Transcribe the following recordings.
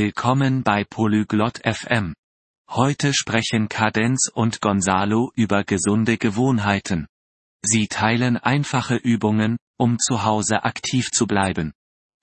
Willkommen bei Polyglot FM. Heute sprechen Cadenz und Gonzalo über gesunde Gewohnheiten. Sie teilen einfache Übungen, um zu Hause aktiv zu bleiben.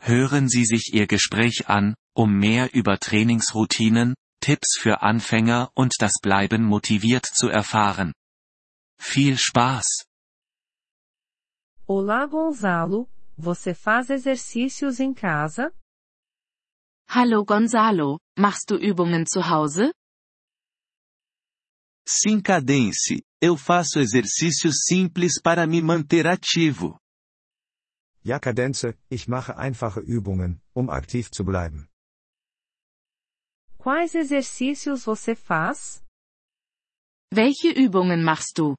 Hören Sie sich Ihr Gespräch an, um mehr über Trainingsroutinen, Tipps für Anfänger und das Bleiben motiviert zu erfahren. Viel Spaß! Olá, Gonzalo. Você faz exercícios em casa? Hallo Gonzalo, machst du Übungen zu Hause? Sim, Cadence. Eu faço exercícios simples para me manter ativo. Ja, Kadenze, ich mache einfache Übungen, um aktiv zu bleiben. Quais exercícios você faz? Welche Übungen machst du?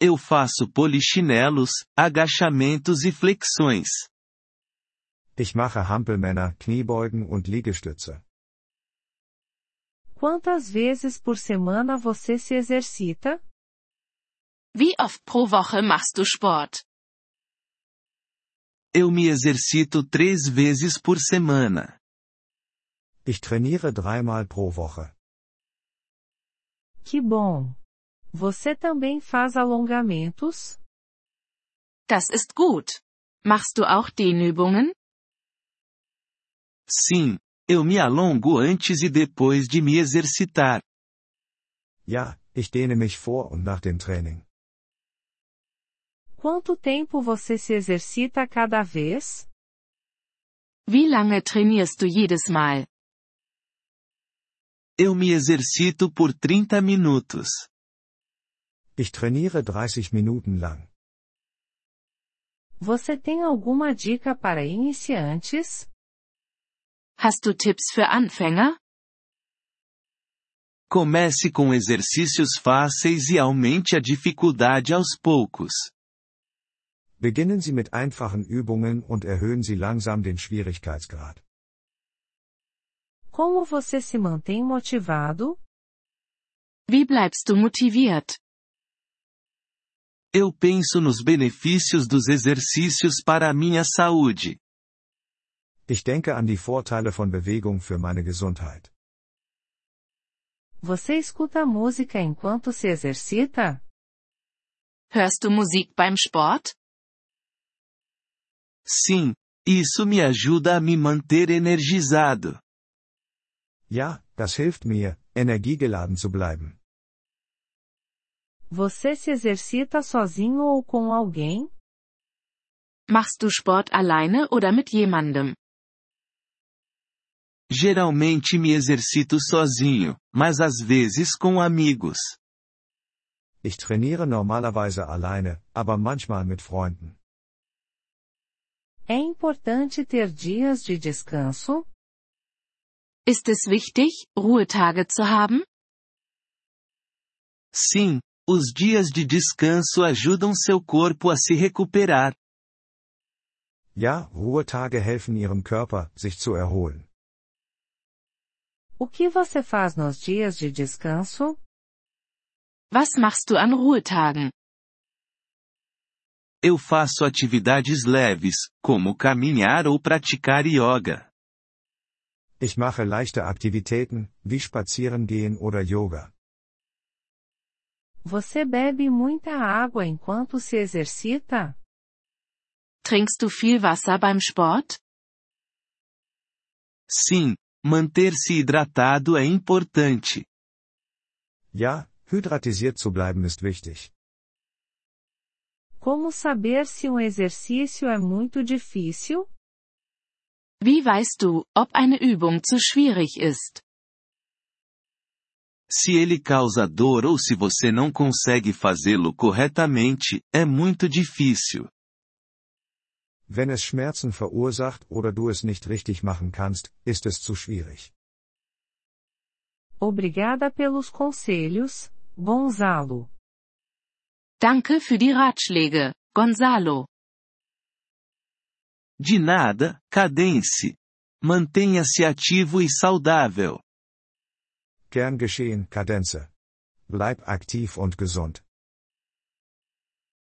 Eu faço polichinelos, agachamentos e flexões. Ich mache Hampelmänner, Kniebeugen und Liegestütze. Quantas vezes por semana você se exercita? Wie oft pro Woche machst du Sport? Eu me exercito três vezes por semana. Ich trainiere dreimal pro Woche. Que bom! Você também faz alongamentos? Das ist gut. Machst du auch Dehnübungen? Sim, eu me alongo antes e depois de me exercitar. Ja, ich dehne mich vor und nach dem Training. Quanto tempo você se exercita cada vez? Wie lange trainierst du jedes Mal? Eu me exercito por 30 minutos. Ich trainiere 30 Minuten lang. Você tem alguma dica para iniciantes? Hast du Tipps für Anfänger? Comece com exercícios fáceis e aumente a dificuldade aos poucos. Beginnen Sie mit einfachen Übungen und erhöhen Sie langsam den Schwierigkeitsgrad. Como você se mantém motivado? Wie bleibst du motiviert? Eu penso nos benefícios dos exercícios para a minha saúde. Ich denke an die Vorteile von Bewegung für meine Gesundheit. Você escuta música enquanto se exercita? Hörst du Musik beim Sport? Sim, isso me ajuda a me manter energizado. Ja, das hilft mir, energiegeladen zu bleiben. Você se exercita sozinho ou com alguém? Machst du Sport alleine oder mit jemandem? Geralmente me exercito sozinho, mas às vezes com amigos. Ich trainiere normalerweise alleine, aber manchmal mit Freunden. É importante ter dias de descanso? Ist es wichtig, Ruhetage zu haben? Sim, os dias de descanso ajudam seu corpo a se recuperar. Ja, Ruhetage helfen Ihrem Körper, sich zu erholen. O que você faz nos dias de descanso? Was machst du an Ruhetagen? Eu faço atividades leves, como caminhar ou praticar yoga. Ich mache leichte Aktivitäten, wie Spazierengehen oder Yoga. Você bebe muita água enquanto se exercita? Trinkst du viel Wasser beim Sport? Sim, manter-se hidratado é importante. Ja, hydratisiert zu bleiben ist wichtig. Como saber se um exercício é muito difícil? Wie weißt du, ob eine Übung zu schwierig ist? Se ele causa dor ou se você não consegue fazê-lo corretamente, é muito difícil. Wenn es Schmerzen verursacht oder du es nicht richtig machen kannst, ist es zu schwierig. Obrigada pelos conselhos, Gonzalo. Danke für die Ratschläge, Gonzalo. De nada, cadence. Mantenha-se ativo e saudável. Gern geschehen, Kadenze. Bleib aktiv und gesund.